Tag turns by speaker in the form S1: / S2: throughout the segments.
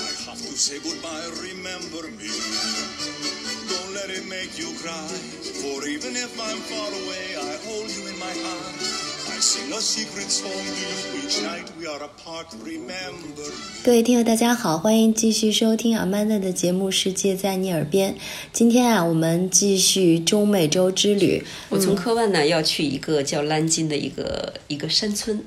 S1: Say goodbye, remember me. Don't let it make you cry. For even if I'm far away, I hold you in my heart. I sing a secret song to you each night we are apart. Remember me.
S2: 各位听友，大家好，欢迎继续收听阿曼达的节目《世界在你耳边》。今天啊，我们继续中美洲之旅。
S3: 我
S4: 嗯
S3: 从科万呢要去一个叫兰金的一个一个山村，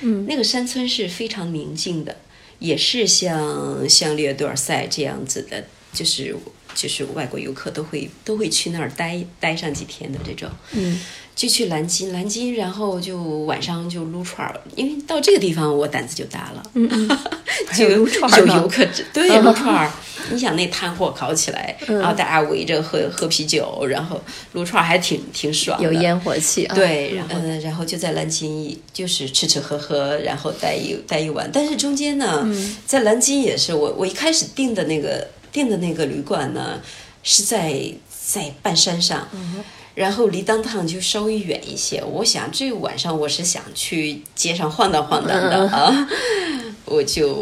S3: 嗯，那个山村是非常宁静的，也是像像列多尔塞这样子的，就是就是外国游客都会都会去那儿待待上几天的这种，嗯，就去兰金，兰金，然后就晚上就撸串儿，因为到这个地方我胆子就大了，嗯 嗯，就
S4: 有撸串儿
S3: 有
S4: 呢
S3: 游客对 撸串儿，你想那炭火烤起来，
S4: 嗯
S3: 然后大家围着喝喝啤酒，然后撸串儿还挺挺爽的，
S4: 有烟火气啊。
S3: 对，然后、
S2: 嗯
S3: 呃、然后就在南京就是吃吃喝喝，然后待一待一晚。但是中间呢，
S4: 嗯
S3: 在南京也是我我一开始订的那个订的那个旅馆呢，是在在半山上。
S4: 嗯
S3: 然后离当趟就稍微远一些，我想这晚上我是想去街上晃荡晃荡的
S4: 嗯
S3: 啊，我就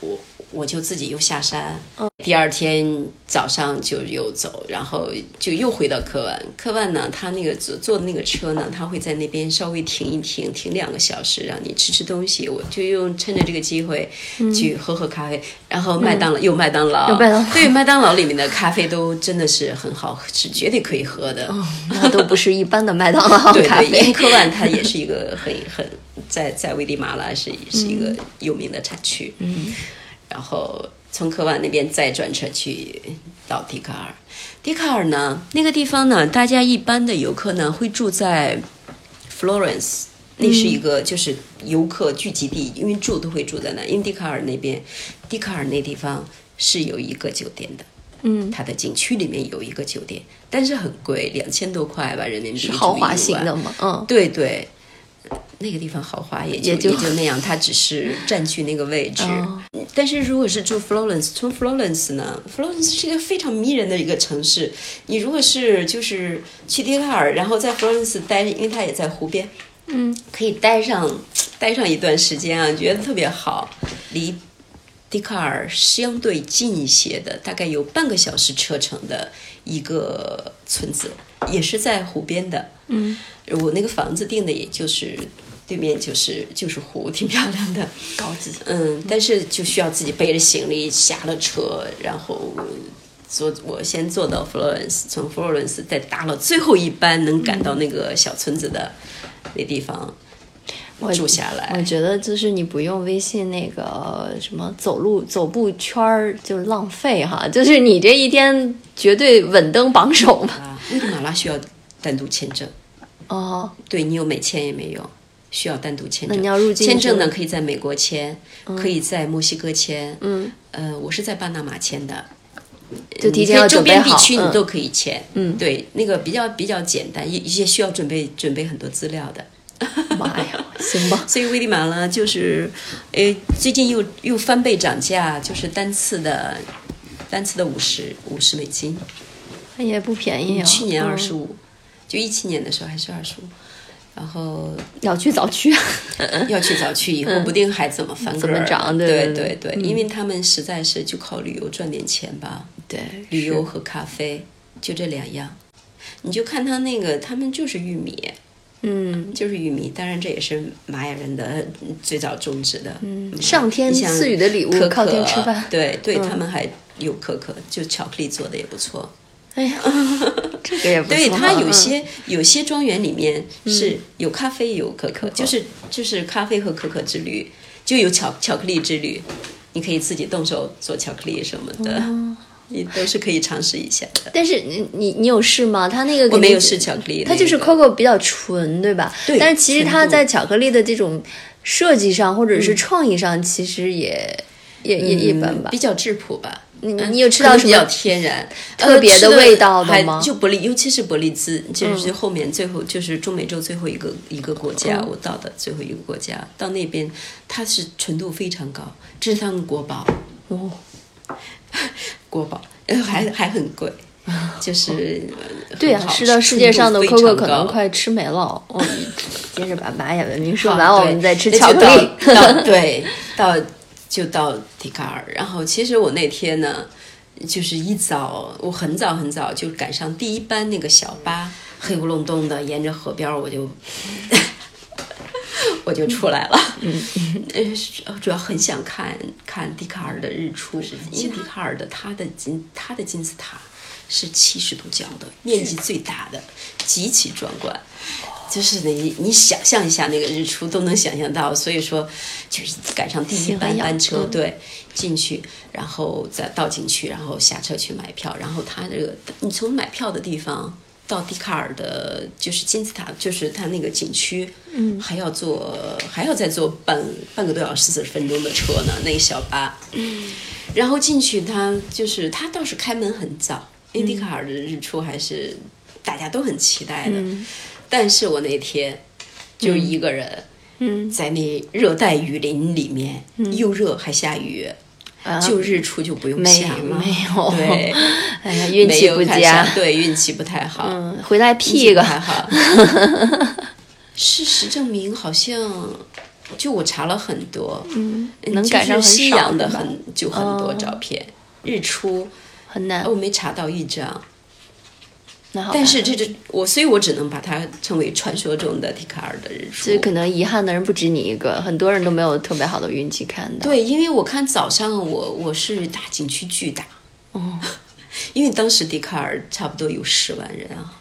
S3: 我我就自己又下山，第二天早上就又走，然后就又回到科万。科万呢，他那个坐坐的那个车呢，他会在那边稍微停一停，停两个小时，让你吃吃东西。我就用趁着这个机会去喝喝咖啡，然后麦当劳、有麦当劳，
S4: 有嗯麦当劳
S3: 对麦当劳里面的咖啡都真的是很好，是绝对可以喝的。
S4: 哦那都不是一般的麦 当劳
S3: 对
S4: 咖
S3: 对，因为
S4: 啡。
S3: 科万它也是一个很很在在危地马拉是是一个
S4: 嗯
S3: 有名的产区，嗯，然后从科万那边再转车去到迪卡尔，迪卡尔呢那个地方呢，大家一般的游客呢会住在 Florence。那
S4: 嗯
S3: 是一个就是游客聚集地，因为住都会住在那，因为迪卡尔那边，迪卡尔那地方是有一个酒店的，
S4: 嗯，
S3: 它的景区里面有一个酒店，但是很贵，两千多块吧人民币
S4: 是
S3: 住一
S4: 豪华
S3: 晚
S4: 型的嘛？嗯，
S3: 对对，那个地方豪华也就
S4: 也
S3: 也
S4: 就
S3: 就那样，它只是占据那个位置。
S4: 哦
S3: 但是如果是住 Florence，从 Florence 呢，Florence 是一个非常迷人的一个城市。你如果是就是去迪卡尔，然后在 Florence 待，因为它也在湖边，嗯，可以待上待上一段时间啊，觉得特别好。离迪卡尔相对近一些的，大概有半个小时车程的一个村子，也是在湖边的。嗯，我那个房子订的也就是对面就是就是湖，挺漂亮的。
S4: 高级。
S3: 嗯，但是就需要自己背着行李下了车，然后坐我先坐到 Florence，从 Florence 再搭了最后一班能赶到那个小村子的那地方住下
S4: 我
S3: 来。
S4: 觉得就是你不用微信那个什么走路走步圈儿，就是浪费哈。 就是你这一天绝对稳登榜首嘛。
S3: 啊，危地马拉需要单独签证，
S4: 哦，
S3: 对你有美签也没有，需要单独签
S4: 那
S3: 证。
S4: 你要入境
S3: 签证
S4: 是
S3: 呢，
S4: 吗
S3: 可以在美国签，可以在墨西哥签。嗯，呃，我是在巴拿马签的。
S4: 就提前
S3: 你可
S4: 要
S3: 以周
S4: 准备
S3: 边
S4: 好。
S3: 地区你
S4: 嗯
S3: 都可以签，
S4: 嗯
S3: 对，那个比较比较简单，也也需要准备准备很多资料的。
S4: 妈呀，行吧。
S3: 所以危地马拉就是，呃，最近又又翻倍涨价，就是单次的单次的五十五十美金，
S4: 那也不便宜啊。
S3: 去年
S4: 嗯
S3: 二十五，就一七年的时候还是二十五，然后
S4: 嗯要去早 去。啊
S3: 要去早去，以后不定还怎么翻个
S4: 嗯怎么
S3: 儿
S4: 涨对嗯
S3: 对
S4: 对
S3: 对对，因为他们实在是就靠旅游赚点钱吧，
S4: 对，
S3: 旅游
S4: 是
S3: 和咖啡就这两样，你就看他那个，他们就是玉米，
S4: 嗯。
S3: 就是玉米，当然这也是玛雅人的嗯最早种植的，嗯
S4: 上天
S3: 你想
S4: 赐予的礼物
S3: 可可
S4: 靠天吃饭
S3: 对对，
S4: 嗯
S3: 他们还有可可，就巧克力做的也不错。
S4: 哎 呀，这个也不错。
S3: 对，它有
S4: 嗯
S3: 些、有些庄园里面是有咖啡有可可，就是就是咖啡和可可之旅，就有巧巧克力之旅，你可以自己动手做巧克力什么的，
S4: 哦
S3: 你都是可以尝试一下的。
S4: 但是你你你有试吗？它那个
S3: 我
S4: 肯定
S3: 没有试巧克力那个，
S4: 它就是 Coco 比较纯，对吧？
S3: 对
S4: 但是其实
S3: 纯
S4: 它
S3: 度嗯
S4: 在巧克力的这种设计上或者是创意上，其实也、也也一般吧
S3: 比。较质朴吧。
S4: 你
S3: 嗯
S4: 你有吃
S3: 可
S4: 到
S3: 能
S4: 什
S3: 比较
S4: 么？
S3: 天然、
S4: 特
S3: 呃
S4: 别的
S3: 吃的
S4: 味道的
S3: 还
S4: 吗嗯
S3: 就伯利，尤其是伯利兹，就是后面最后、就是中美洲最后一个一个国家，
S4: 哦
S3: 我到的最后一个国家，到那边它是纯度非常高，这是他们国宝，
S4: 哦，
S3: 国宝，呃，还还很贵，就是呃
S4: 对呀、啊
S3: 很好
S4: 吃到世界上的
S3: 纯度非
S4: Coco
S3: 常
S4: 可能
S3: 高
S4: 快吃没了。哦，接着把玛雅文明说
S3: 好
S4: 完，我
S3: 对
S4: 们再吃
S3: 那
S4: 巧
S3: 就
S4: 克力。
S3: 到到对，到就到笛卡尔。然后其实我那天呢，就是一早，我很早很早就赶上第一班那个小巴，黑咕隆咚的，沿着河边儿我就 我就出来了。
S4: 嗯
S3: 呃，主要很想看看笛卡尔的日出，因为笛卡尔的他的金他的金字塔是七十度角的，面积最大的，极其壮观。就是你你想象一下那个日出都能想象到，所以说就是赶上第一
S4: 喜欢
S3: 班
S4: 养
S3: 班车
S4: 车
S3: 对进去，然后再到景区，然后下车去买票，然后他这个你从买票的地方。到笛卡尔的，就是金字塔，就是它那个景区，嗯，还要坐，还要再坐半半个多小时、四十分钟的车呢，那个小巴，然后进去，他就是他倒是开门很早，因为笛卡尔的日出还是大家都很期待的。
S4: 嗯
S3: 但是我那天就一个人
S4: 嗯，
S3: 在那热带雨林里面，又热还下雨，
S4: 啊
S3: 就日出就不用
S4: 没
S3: 想了。
S4: 没有
S3: 对，
S4: 哎呀， 运气
S3: 没有
S4: 不
S3: 看
S4: 佳
S3: 上，对，运气不太好。
S4: 嗯， 回来
S3: 运
S4: 屁
S3: 气不
S4: 个，
S3: 太好。 事实证明，好像就我查了很多，嗯，
S4: 能赶上很
S3: 就是西
S4: 少
S3: 洋的
S4: 是吧
S3: 很就很多
S4: 哦嗯
S3: 照片，日出。
S4: 很难
S3: 哎，。我没查到一
S4: 哦
S3: 张，
S4: 那好吧，
S3: 但是这这我，所以我只能把它称为传说中的笛卡尔的日出
S4: 所以。可能遗憾的人不止你一个，很多人都没有特别好的运气看到。，
S3: 对，因为我看早上我我是大景区巨大，
S4: 哦，
S3: 因为当时笛卡尔差不多有十万人啊，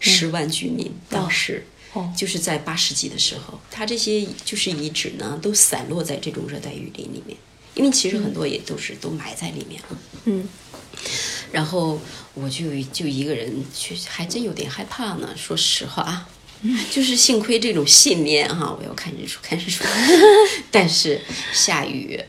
S3: 十万居民，当时、
S4: 嗯哦
S3: 就是在八世纪的时候，它这些就是遗址呢都散落在这种热带雨林里面，因为其实很多也都是、都埋在里面了。
S4: 嗯，
S3: 然后我就就一个人去，还真有点害怕呢。说实话啊，
S4: 嗯
S3: 就是幸亏这种信念哈、我要看日出，看日出。但是下雨，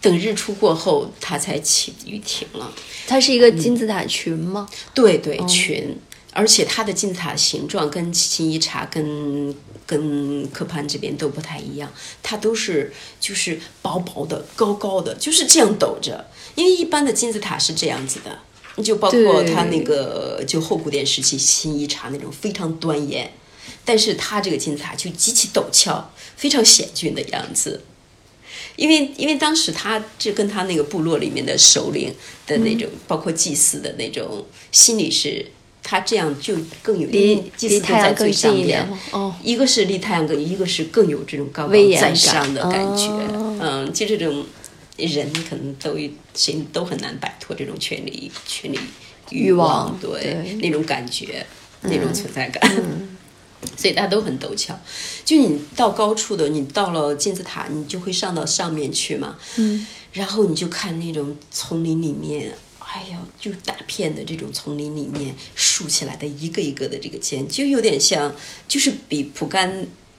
S3: 等日出过后，它才起雨停了。
S4: 它是一个金字塔群吗？
S3: 对对，群，而且它的金字塔形状跟新一茶跟跟科潘这边都不太一样，它都是就是薄薄的、高高的，就是这样抖着。因为一般的金字塔是这样子的，就包括
S4: 对
S3: 它那个就后古典时期新一茶那种非常端严，但是它这个金字塔就极其陡峭，非常险峻的样子。因为因为当时他就跟他那个部落里面的首领的那
S4: 嗯
S3: 种，包括祭祀的那种心理是，他这样就更有因为
S4: 离
S3: 祭
S4: 离
S3: 祀都
S4: 太
S3: 在
S4: 阳更
S3: 最上
S4: 近一
S3: 面
S4: 点吗？哦，
S3: 一个是离太阳更，一个是更有这种高高
S4: 威严
S3: 在
S4: 感
S3: 上的感觉，
S4: 哦
S3: 嗯，就这种人可能都谁都很难摆脱这种权力权力欲
S4: 欲望
S3: 对
S4: 对嗯
S3: 那种感觉，那种存在感。 所以大家都很陡峭，就你到高处的，你到了金字塔，你就会上到上面去嘛。
S4: 嗯，
S3: 然后你就看那种丛林里面，哎呀，就大片的这种丛林里面竖起来的一个一个的这个尖，就有点像，就是比蒲甘，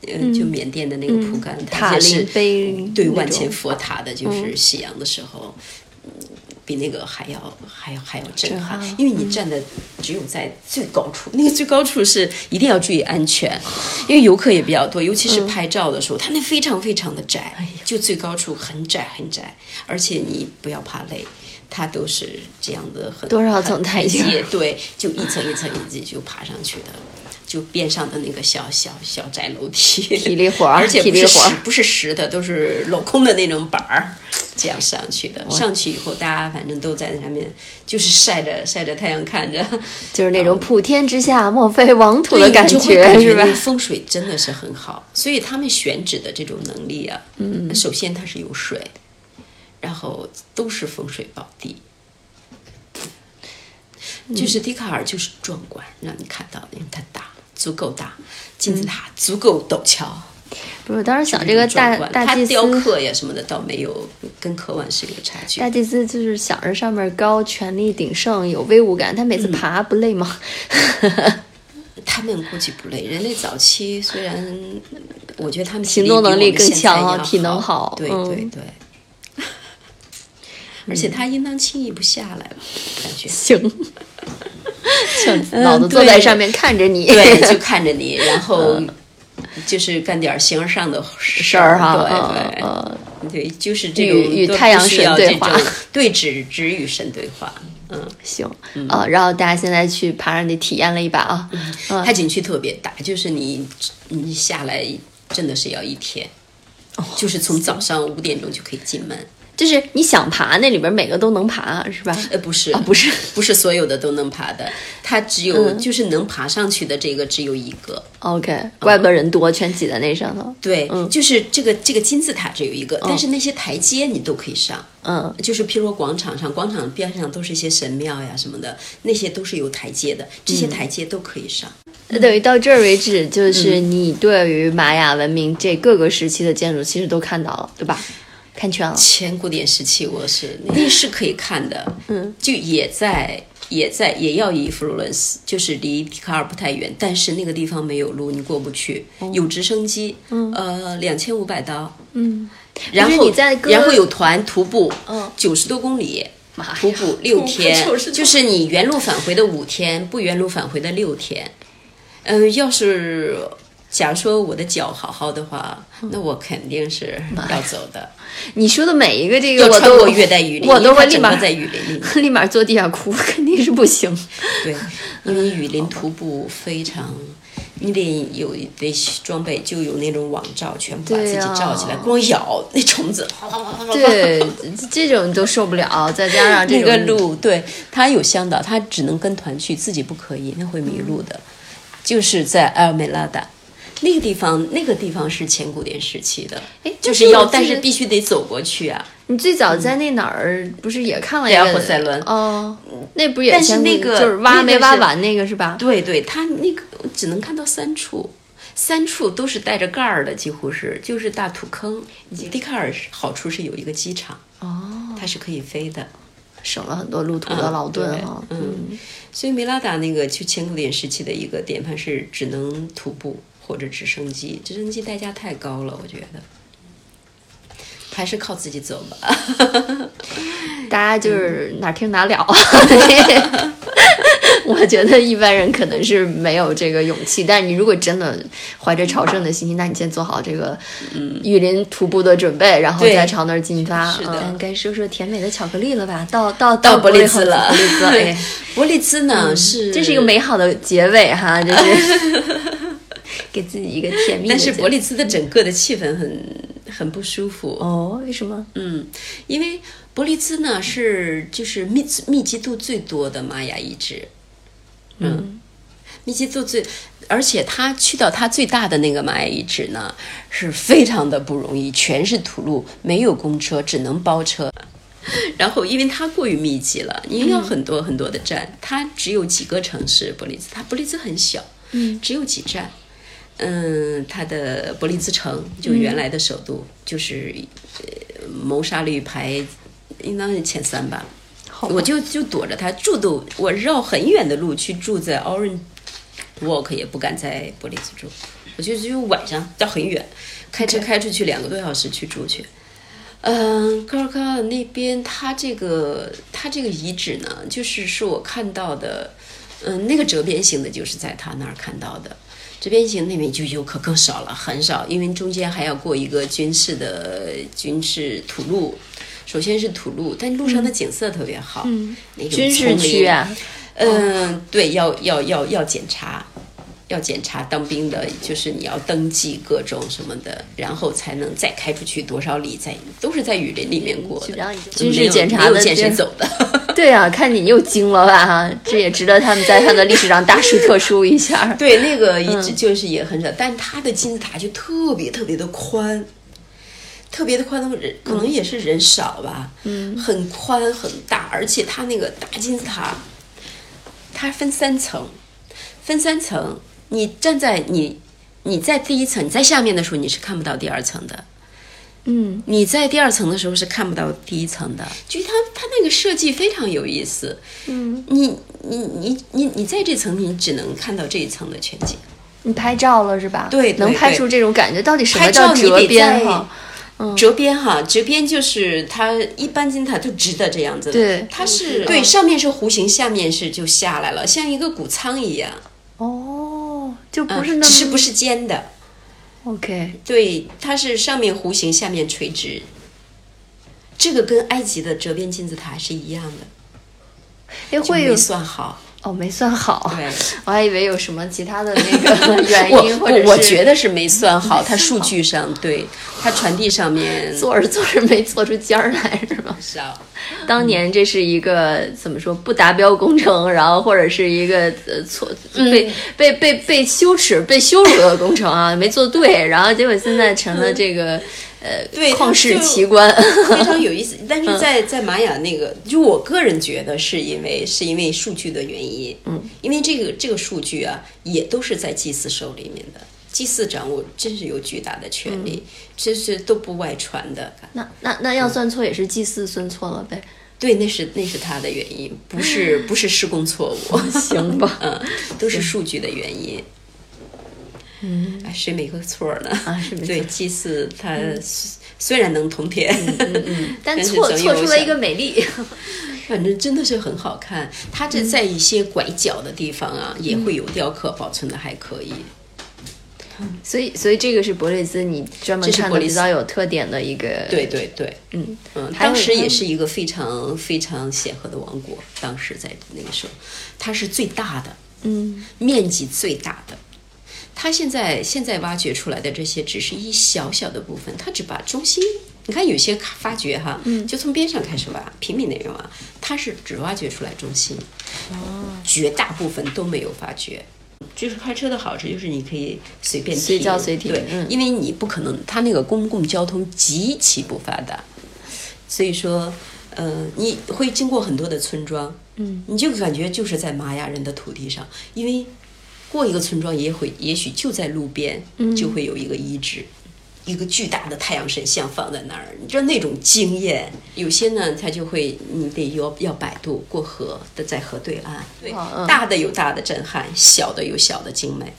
S3: 呃，就缅甸的那个蒲甘，它
S4: 塔
S3: 也是
S4: 林碑
S3: 对
S4: 那
S3: 万
S4: 种
S3: 千佛塔的，就是夕阳的时候。嗯比那个还要还要还要震撼，
S4: 震撼
S3: 因为你站的只有在最高处，那个最高处是一定要注意安全，因为游客也比较多，尤其是拍照的时候，它那非常非常的窄，就最高处很窄很窄，而且你不要怕累，它都是这样的很
S4: 多少层台阶
S3: 很阶对，就一层一层一级就爬上去的。就边上的那个小小小窄楼梯，
S4: 体力活儿
S3: 而且不
S4: 体力
S3: 是
S4: 活儿
S3: 实不是实的，都是镂空的那种板儿，这样上去的。上去以后，大家反正都在那上面，就是晒着晒着太阳，看着，
S4: 就是那种普天之下莫非王土的
S3: 哦对
S4: 感
S3: 就会感
S4: 是吧
S3: 那？风水真的是很好，所以他们选址的这种能力啊，嗯，首先它是有水，然后都是风水宝地。
S4: 嗯
S3: 就是笛卡尔就是壮观，让你看到，因为它大，足够大，金字塔足够陡峭，
S4: 不是，我当时嗯想这个
S3: 壮
S4: 大
S3: 观
S4: 大
S3: 它
S4: 祭
S3: 雕
S4: 司，
S3: 刻呀什么的倒没有跟科万是有差距
S4: 大。祭司就是想着上面高，权力鼎盛，有威武感，他
S3: 嗯
S4: 每次爬不累吗？
S3: 他们估计不累，人类早期虽然我觉得他们
S4: 行动能力更强
S3: 啊，
S4: 啊体能好
S3: 对
S4: 嗯
S3: 对对。 而且他应当轻易不下来吧，感 觉
S4: 行，嗯就老子坐在上面看着你，
S3: 对，就看着你，然 后就是干点形而上的事
S4: 嗯事儿哈，
S3: 对对，
S4: 嗯嗯
S3: 对，就是这种
S4: 与与
S3: 都
S4: 太阳
S3: 不需
S4: 神
S3: 要
S4: 对
S3: 这
S4: 话
S3: 种，对，只只与神对话。嗯，
S4: 行啊，然后大家现在去爬上去体验了一把啊，嗯
S3: 它景区特别大，就是你你下来真的是要一天，
S4: 哦
S3: 就是从早上五点钟就可以进门。
S4: 就是你想爬那里边每个都能爬是吧？
S3: 呃，不是
S4: 啊不是嗯
S3: 不是所有的都能爬的，它只有、就是能爬上去的这个只有一个。嗯
S4: OK，怪不得人多，全挤在那上头。
S3: 对，
S4: 嗯
S3: 就是这个这个金字塔只有一个，但是那些台阶你都可以上。
S4: 嗯
S3: 就是譬如说广场上，广场边上都是一些神庙呀什么的，那些都是有台阶的，这
S4: 嗯
S3: 些台阶都可以上。
S4: 那等于到这儿为止，就是
S3: 嗯
S4: 你对于玛雅文明这各个时期的建筑其实都看到了，对吧？看全了。
S3: 前古典时期我是那是可以看的，嗯，就也在也在也要以佛罗伦斯，就是离笛卡尔不太远，但是那个地方没有路，你过不去，
S4: 哦
S3: 有直升机，嗯，呃，两千五百刀，
S4: 嗯，
S3: 然
S4: 不是
S3: 后
S4: 你在哥
S3: 然后有团徒步，
S4: 嗯
S3: 九十多公里。
S4: 妈呀
S3: 徒 步六天
S4: 徒步90多，
S3: 就是你原路返回的五天，不原路返回的六天。嗯、要是假如说我的脚好好的话，
S4: 嗯
S3: 那我肯定是要走的。
S4: 你说的每一个这个
S3: 又
S4: 我
S3: 穿
S4: 都
S3: 过热带雨林，
S4: 我都
S3: 因为
S4: 会
S3: 它
S4: 立
S3: 整个
S4: 马
S3: 在雨林里。
S4: 立马坐地下哭，肯定是不行。
S3: 对，因为雨林徒步非常，你得有得装备，就有那种网罩，全部把自
S4: 对
S3: 己
S4: 呀
S3: 罩起来，光咬那虫子，
S4: 对，这种都受不了，再加上这
S3: 那
S4: 种
S3: 个路，对他有向导，他只能跟团去，自己不可以，那会迷路的。就是在埃尔美拉达那个地方，那个地方是前古典时期的，
S4: 哎
S3: 就是要，但是
S4: 必
S3: 必须得走过去啊。
S4: 你最早在那哪儿不是也看了一
S3: 对啊
S4: 个
S3: 霍塞伦
S4: 哦，那不是也
S3: 但是
S4: 先
S3: 那个
S4: 就是
S3: 那
S4: 挖
S3: 个
S4: 没挖
S3: 是
S4: 完那个是吧？
S3: 对对，它那个只能看到三处，三处都是带着盖儿的，几乎是就是大土坑。笛卡尔是好处是有一个机场，
S4: 嗯哦，
S3: 它是可以飞的，嗯
S4: 省了很多路途的劳顿啊哈、
S3: 对嗯，所以梅拉达那个去前古典时期的一个典范是只能徒步或者直升机，直升机代价太高了，我觉得。还是靠自己走吧。
S4: 大家就是哪听哪 了。我觉得一般人可能是没有这个勇气，但你如果真的怀着朝圣的心情，那你先做好这个雨林徒步的准备，然后
S3: 嗯对
S4: 再朝那儿进发。
S3: 是的
S4: 嗯该说说甜美的巧克力了吧？到到
S3: 到
S4: 伯
S3: 伯利
S4: 兹
S3: 兹了
S4: 伯利兹， 哎。
S3: 伯利兹呢、是
S4: 这是一个美好的结尾 哈，这是 给自己一个甜蜜的
S3: 但
S4: 结尾。
S3: 是伯利兹的整个的气氛很很不舒服。
S4: 哦，为什么？
S3: 嗯，因为伯利兹呢是就是密密集度最多的玛雅遗址，嗯，密集度最，而且它去到它最大的那个玛雅遗址呢，是非常的不容易，全是土路，没有公车，只能包车。 然后，因为它过于密集了，你要很多很多的站，它只有几个城市，伯利兹，它伯利兹很小，嗯，只有几站，嗯，它的伯利兹城就原来的首都，就是呃谋杀率排应当是前三吧。
S4: 哦
S3: 我就就躲着他住都，我绕很远的路去住在 Orange Walk，也不敢在伯利兹住，我就只有晚上到很远，开车开出去两个多小时去住去。嗯，科尔克尔那边，它这个它这个遗址呢，就是是我看到的，嗯，那个折边形的，就是在他那儿看到的。折边形那边就游客更少了，很少，因为中间还要过一个军事的军事土路。首先是土路，但路上的景色特别好，嗯，那种
S4: 军事
S3: 丛
S4: 区
S3: 林
S4: 啊，
S3: 嗯，对，要要要要检查，要检查当兵的，就是你要登记各种什么的，然后才能再开出去多少里，在都是在雨林里面过
S4: 就
S3: 的
S4: 让你，
S3: 就
S4: 军
S3: 没
S4: 事
S3: 有
S4: 检查
S3: 没有
S4: 的
S3: 见
S4: 地
S3: 谁
S4: 儿
S3: 走的。
S4: 对啊，看你又惊了吧哈，这也值得他们在他的历史上大书特书一下。
S3: 对，那个遗址就是也很少，但它的金字塔就特别特别的宽，特别的宽，人可能也是人少吧，嗯，很宽很大，而且它那个大金字塔，它分三层，分三层，你站在你你在第一层，你在下面的时候你是看不到第二层的，
S4: 嗯，
S3: 你在第二层的时候是看不到第一层的，就它它那个设计非常有意思。嗯，你你你你你在这层，你只能看到这一层的全景。
S4: 你拍照了是吧？
S3: 对对
S4: 能拍
S3: 对
S4: 出这种感觉，到底什么
S3: 拍
S4: 叫
S3: 照你
S4: 折
S3: 得
S4: 边
S3: 在
S4: 哈？嗯
S3: 折边哈，折边就是它一般金字塔就直的这样子，
S4: 对
S3: 它是对上面是弧形，下面是就下来了，像一个谷仓一样，
S4: 哦，就
S3: 嗯
S4: 不是那么、
S3: 只是不是尖的，
S4: OK，
S3: 对，它是上面弧形，下面垂直。这个跟埃及的折边金字塔是一样的，
S4: 哎
S3: 就
S4: 会有
S3: 没算好。
S4: 哦，没算好，
S3: 对，
S4: 我还以为有什么其他的那个 原
S3: 我
S4: 因，或者
S3: 我
S4: 是
S3: 我觉得是没算好，它数据上对，它传递上面
S4: 做着做着没做出尖儿来，是吧？
S3: 少。
S4: 当年这是一个怎么说不达标工程，然后或者是一个呃错被、被被被羞耻、被羞辱的工程啊， 没做对，然后结果现在成了这个、呃
S3: 对，
S4: 旷世
S3: 就
S4: 奇观。
S3: 非常有意
S4: 嗯
S3: 思。但是在在玛雅那个，就我个人觉得是因为是因为数据的原因，嗯，因为这个这个数据啊，也都是在祭司手里面的。祭司掌握真是有巨大的权力，
S4: 嗯
S3: 这是都不外传的。
S4: 那那那要算错也是祭祀算错了呗，
S3: 对，那是那是他的原因，不 是不是施工错误，
S4: 行吧？
S3: 嗯，都是数据的原因。嗯，哎，谁没个错儿呢？
S4: 啊是没错嗯
S3: 对，祭祀他虽虽然能通天，
S4: 但
S3: 但是
S4: 错
S3: 总
S4: 错
S3: 有
S4: 出了一
S3: 想
S4: 个美丽。
S3: 反正真的是很好看。它这在一些拐角的地方
S4: 嗯
S3: 啊，也会有雕刻，保存的还可以。
S4: 所以，所以这个是伯利兹你专门
S3: 这是
S4: 看
S3: 伯
S4: 的
S3: 利
S4: 比
S3: 兹
S4: 较有特点的一个，
S3: 对，对对，
S4: 嗯
S3: 嗯，
S4: 还有
S3: 当时
S4: 他
S3: 也
S4: 们
S3: 是一个非常非常显赫的王国。当时在那个时候，它是最大的，
S4: 嗯，
S3: 面积最大的。它现在现在挖掘出来的这些只是一小小的部分，它只把中心。你看有些卡发掘哈，
S4: 嗯
S3: 就从边上开始挖，平民那边挖，它是只挖掘出来中心，绝大部分都没有发掘。就是开车的好处就是你可以随便
S4: 随
S3: 停
S4: 叫随停
S3: 对，
S4: 嗯
S3: 因为你不可能，它那个公共交通极其不发达，所以说，呃，你会经过很多的村庄，嗯，你就感觉就是在玛雅人的土地上，因为过一个村庄也会，也许就在路边，就会有一个遗址。一个巨大的太阳神像放在那儿，你知道那种惊艳。有些呢，它就会你得要要摆渡过河的，在河对岸，对
S4: 哇嗯
S3: 大的有大的震撼，小的有小的精美。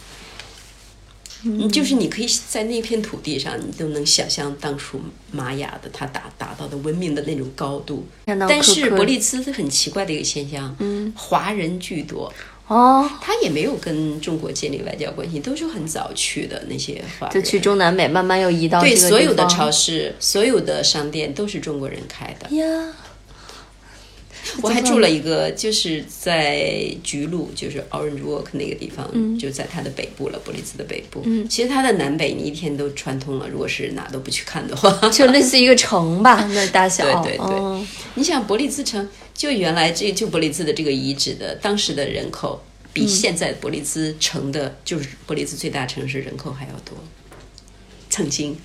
S3: 嗯，就是你可以在那片土地上，你都能想象当初玛雅的它达达到的文明的那种高度。
S4: 看到
S3: 但是
S4: 科科
S3: 伯利兹很奇怪的一个现象，嗯，华人居多，
S4: 哦，
S3: 他也没有跟中国建立外交关系，都是很早去的那些华
S4: 就
S3: 人。
S4: 去中南美，慢慢又移到
S3: 对，
S4: 啊这个
S3: 所
S4: 地
S3: 有的
S4: 方
S3: 超市、所有的商店都是中国人开的。
S4: 呀，
S3: 我还住了一个，就是在菊路，就是 Orange Walk 那个地方，
S4: 嗯
S3: 就在它的北部了，伯利兹的北部。其实它的南北你一天都串通了，如果是哪都不去看的话，
S4: 就类似于一个城吧，那大小，
S3: 对对对
S4: 哦
S3: 你想伯利兹城，就原来这就伯利兹的这个遗址的当时的人口，比现在伯利兹城的，就是伯利兹最大城市人口还要多。曾经，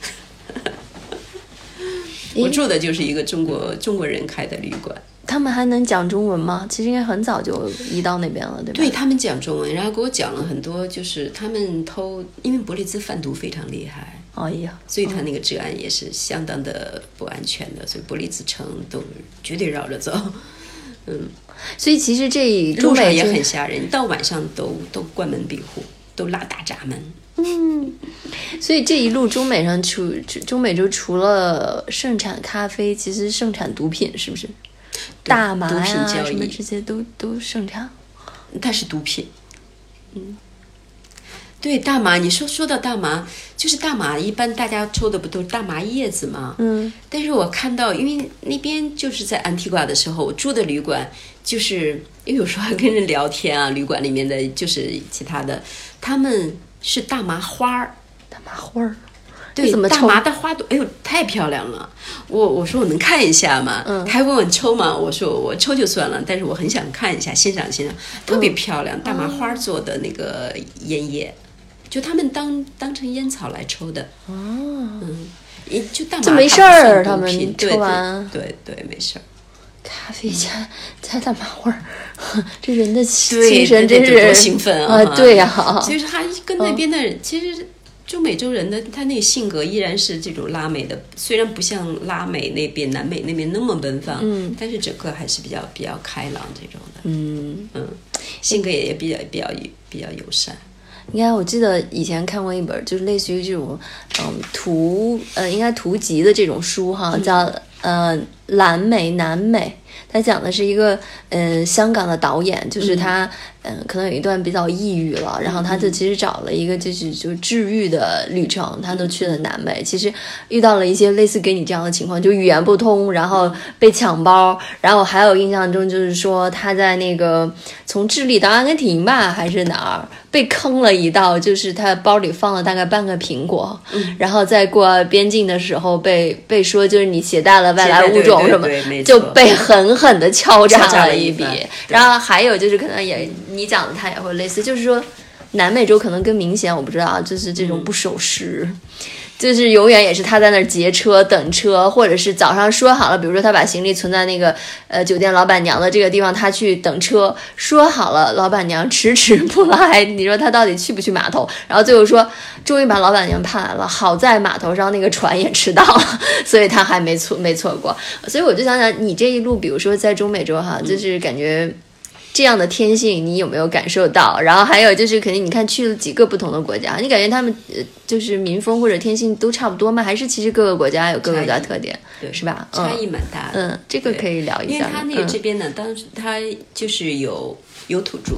S3: 我住的就是一个中国中国人开的旅馆，
S4: 他们还能讲中文吗？其实应该很早就移到那边了，对吧？
S3: 对他们讲中文，然后给我讲了很多，就是他们偷，因为伯利兹贩毒非常厉害。
S4: 哦呀，
S3: 所以它那个治安也是相当的不安全的，所以伯利兹城都绝对绕着走。
S4: 所以其实这中
S3: 路上
S4: 美
S3: 也
S4: 这
S3: 很吓人，到晚上都都关门闭户，都拉大闸门。
S4: 所以这一路中美上除中美洲除了盛产咖啡，其实盛产毒品是不是？大麻
S3: 毒品
S4: 呀、
S3: 交
S4: 什么
S3: 易
S4: 这些都都盛产。
S3: 它是毒品。嗯，对，大麻，你说说到大麻，就是大麻，一般大家抽的不都是大麻叶子吗？
S4: 嗯，
S3: 但是我看到，因为那边就是在安提瓜的时候，我住的旅馆，就是因为有时候还跟人聊天啊，旅馆里面的就是其他的，他们是大麻花儿。
S4: 大麻花儿，
S3: 对，
S4: 怎么
S3: 哎大
S4: 抽
S3: 麻的花朵，哎呦，太漂亮了！我我说我能看一下吗？
S4: 嗯
S3: 他还问我抽吗？我说我抽就算了，但是我很想看一下，欣赏欣赏，特
S4: 嗯
S3: 别漂亮，大麻
S4: 哦
S3: 花做的那个烟叶，就他们当当成烟草来抽的。哦，嗯，也就大麻
S4: 这没事
S3: 它不算
S4: 儿
S3: 毒
S4: 他们
S3: 品
S4: 抽
S3: 对对
S4: 完
S3: 对对，没事儿。
S4: 咖啡加加大麻花儿， 这人的
S3: 对
S4: 精神真
S3: 对对
S4: 是
S3: 多兴奋啊！
S4: 啊！嗯对呀、
S3: 所以说他跟那边的人，其实中美洲人的他那个性格依然是这种拉美的，虽然不像拉美那边、南美那边那么奔放，嗯，但是整个还是比较比较开朗这种的，嗯嗯，性格也比较比较比较友善。
S4: 应该我记得以前看过一本，就是类似于这种，嗯，图呃，应该图集的这种书哈，叫呃南美南美，它讲的是一个嗯、呃香港的导演，就是他嗯、呃可能有一段比较抑郁了，然后他
S3: 嗯
S4: 就其实找了一个就是就治愈的旅程，他
S3: 嗯
S4: 都去了南美，其实遇到了一些类似给你这样的情况，就语言不通，然后被抢包，然后还有印象中就是说他在那个从智利到阿根廷吧还是哪儿被坑了一道，就是他包里放了大概半个苹果，
S3: 嗯
S4: 然后在过边境的时候被被说就是你携带了外来物种什么
S3: 对对对对没，
S4: 就
S3: 错
S4: 被狠狠的敲诈
S3: 敲诈
S4: 了
S3: 了一
S4: 笔
S3: 番。嗯
S4: 然后还有就是可能也你讲的他也会类似，就是说南美洲可能更明显，我不知道啊，就是这
S3: 嗯
S4: 种不守时。就是永远也是他在那儿截车等车，或者是早上说好了，比如说他把行李存在那个呃酒店老板娘的这个地方，他去等车，说好了，老板娘迟迟不来，你说他到底去不去码头？然后最后说，终于把老板娘盼来了，好在码头上那个船也迟到了，所以他还没错没错过。所以我就想想，你这一路，比如说在中美洲哈，就是感觉。这样的天性，你有没有感受到？然后还有就是，肯定你看去了几个不同的国家，你感觉他们呃，就是民风或者天性都差不多吗？还是其实各个国家有各个国家特点，
S3: 对
S4: 是吧？嗯
S3: 差异蛮大 的。
S4: 嗯，这个可以聊一
S3: 因为
S4: 下。
S3: 他那个
S4: 嗯嗯
S3: 这边呢，当时他就是有有土著，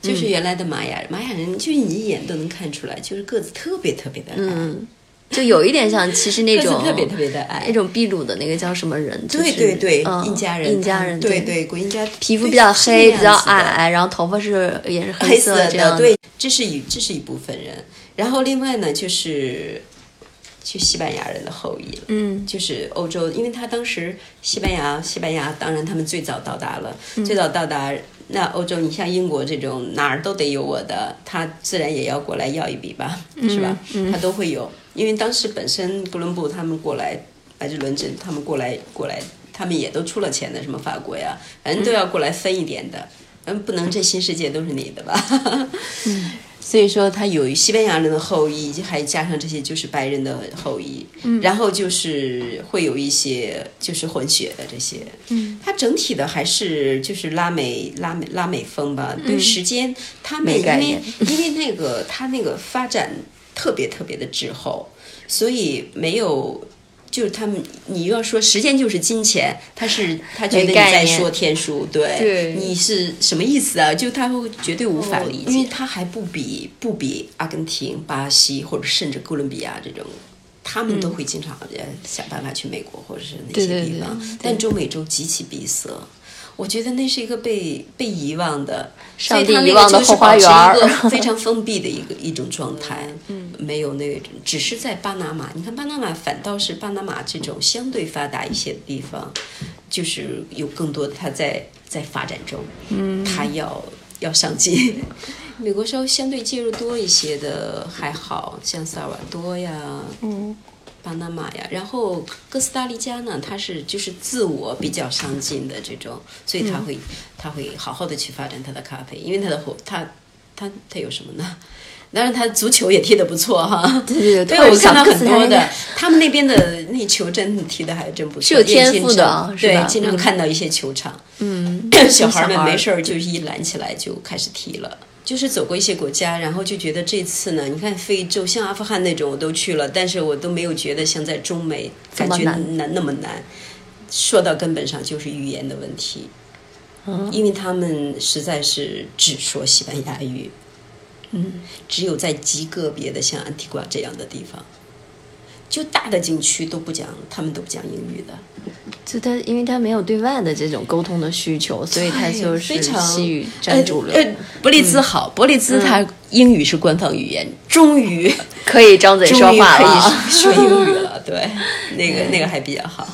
S3: 就是原来的玛雅人，玛雅人就是你一眼都能看出来，就是个子特别特别的矮，
S4: 嗯，就有一点像其实那
S3: 个子
S4: 种
S3: 特别特别的矮
S4: 那。种秘鲁的那个叫什么人？就是
S3: 对对对，
S4: 嗯
S3: 印加人，
S4: 印加人，
S3: 对，对，古印加
S4: 皮肤比较黑，比较，
S3: 对
S4: 矮，然后头发是也是
S3: 是 黑
S4: 色
S3: 色
S4: 这样
S3: 的，对，这是一这是一部分人。然后另外呢，就是就西班牙人的后裔了。
S4: 嗯
S3: 就是欧洲，因为他当时西班牙，西班牙当然他们最早到达了，最早到达那欧洲，你像英国这种哪儿都得有我的，他自然也要过来要一笔吧，是吧？他都会有，因为当时本身哥伦布他们过来，来自伦敦，他们过来过来，他们也都出了钱的，什么法国呀，反正都要过来分一点的，嗯，不能这新世界都是你的吧？
S4: 嗯
S3: 所以说他有西班牙人的后裔，还加上这些就是白人的后裔，
S4: 嗯
S3: 然后就是会有一些就是混血的这些，嗯，它整体的还是就是拉美拉美拉美风吧。对时间，他
S4: 嗯
S3: 们
S4: 没
S3: 因
S4: 概
S3: 为
S4: 念
S3: 因为那个他那个发展特别特别的滞后，所以没有。就是他们，你又要说时间就是金钱，他是他觉得
S4: 没
S3: 你
S4: 概
S3: 在
S4: 念
S3: 说天书，对，
S4: 对
S3: 你是什么意思啊？就他会绝对无法
S4: 哦
S3: 理解，
S4: 因为
S3: 他还不比不比阿根廷、巴西或者甚至哥伦比亚这种，他们都会经常呃想办法去美国或者是那
S4: 对
S3: 些
S4: 对
S3: 地
S4: 对
S3: 方，但中美洲极其闭塞。我觉得那是一个被被遗忘的，
S4: 上帝
S3: 所以他那
S4: 遗
S3: 个
S4: 忘的
S3: 就是
S4: 后花园儿
S3: 保持 一个非常封闭的一个一种状态，嗯，没有那种，只是在巴拿马，你看巴拿马反倒是巴拿马这种相对发达一些的地方，就是有更多它在在发展中，嗯，它要要上进。 美国稍微相对介入多一些的还好，像萨尔瓦多呀，嗯，巴拿马呀，然后哥斯达黎加呢，它是就是自我比较上进的这种，所以它
S4: 嗯
S3: 会、它会好好的去发展它的咖啡，因为它的火它它它有什么呢？当然，它足球也踢得不错哈。
S4: 对对
S3: 对
S4: 特别
S3: 我看
S4: 像
S3: 到
S4: 哥
S3: 很
S4: 斯达
S3: 多
S4: 黎加
S3: 的，他们那边的那球真的踢得还真不错，
S4: 是有天赋的啊
S3: 也经常
S4: 是吧
S3: 对，经常看到一些球场，
S4: 嗯，
S3: 小孩
S4: 小
S3: 儿们
S4: 孩儿
S3: 没事儿就一拦起来就开始踢了。就是走过一些国家，然后就觉得这次呢，你看非洲，像阿富汗那种我都去了，但是我都没有觉得像在中美
S4: 这
S3: 感
S4: 么
S3: 觉
S4: 难
S3: 难那么难。说到根本上就是语言的问题，
S4: 嗯
S3: 因为他们实在是只说西班牙语，
S4: 嗯，
S3: 只有在极个别的像安提瓜这样的地方，就大的景区都不讲，他们都不讲英语的。
S4: 就他因为他没有对外的这种沟通的需求，所以他
S3: 对
S4: 就是
S3: 哎非常
S4: 西语占主流嗯
S3: 呃，呃伯利兹好，伯利兹它英语是官方语言，终于
S4: 可以张嘴
S3: 终
S4: 说
S3: 于
S4: 话
S3: 可
S4: 了
S3: 以
S4: 啊。
S3: 说说英语了。对，那个那个还比较好。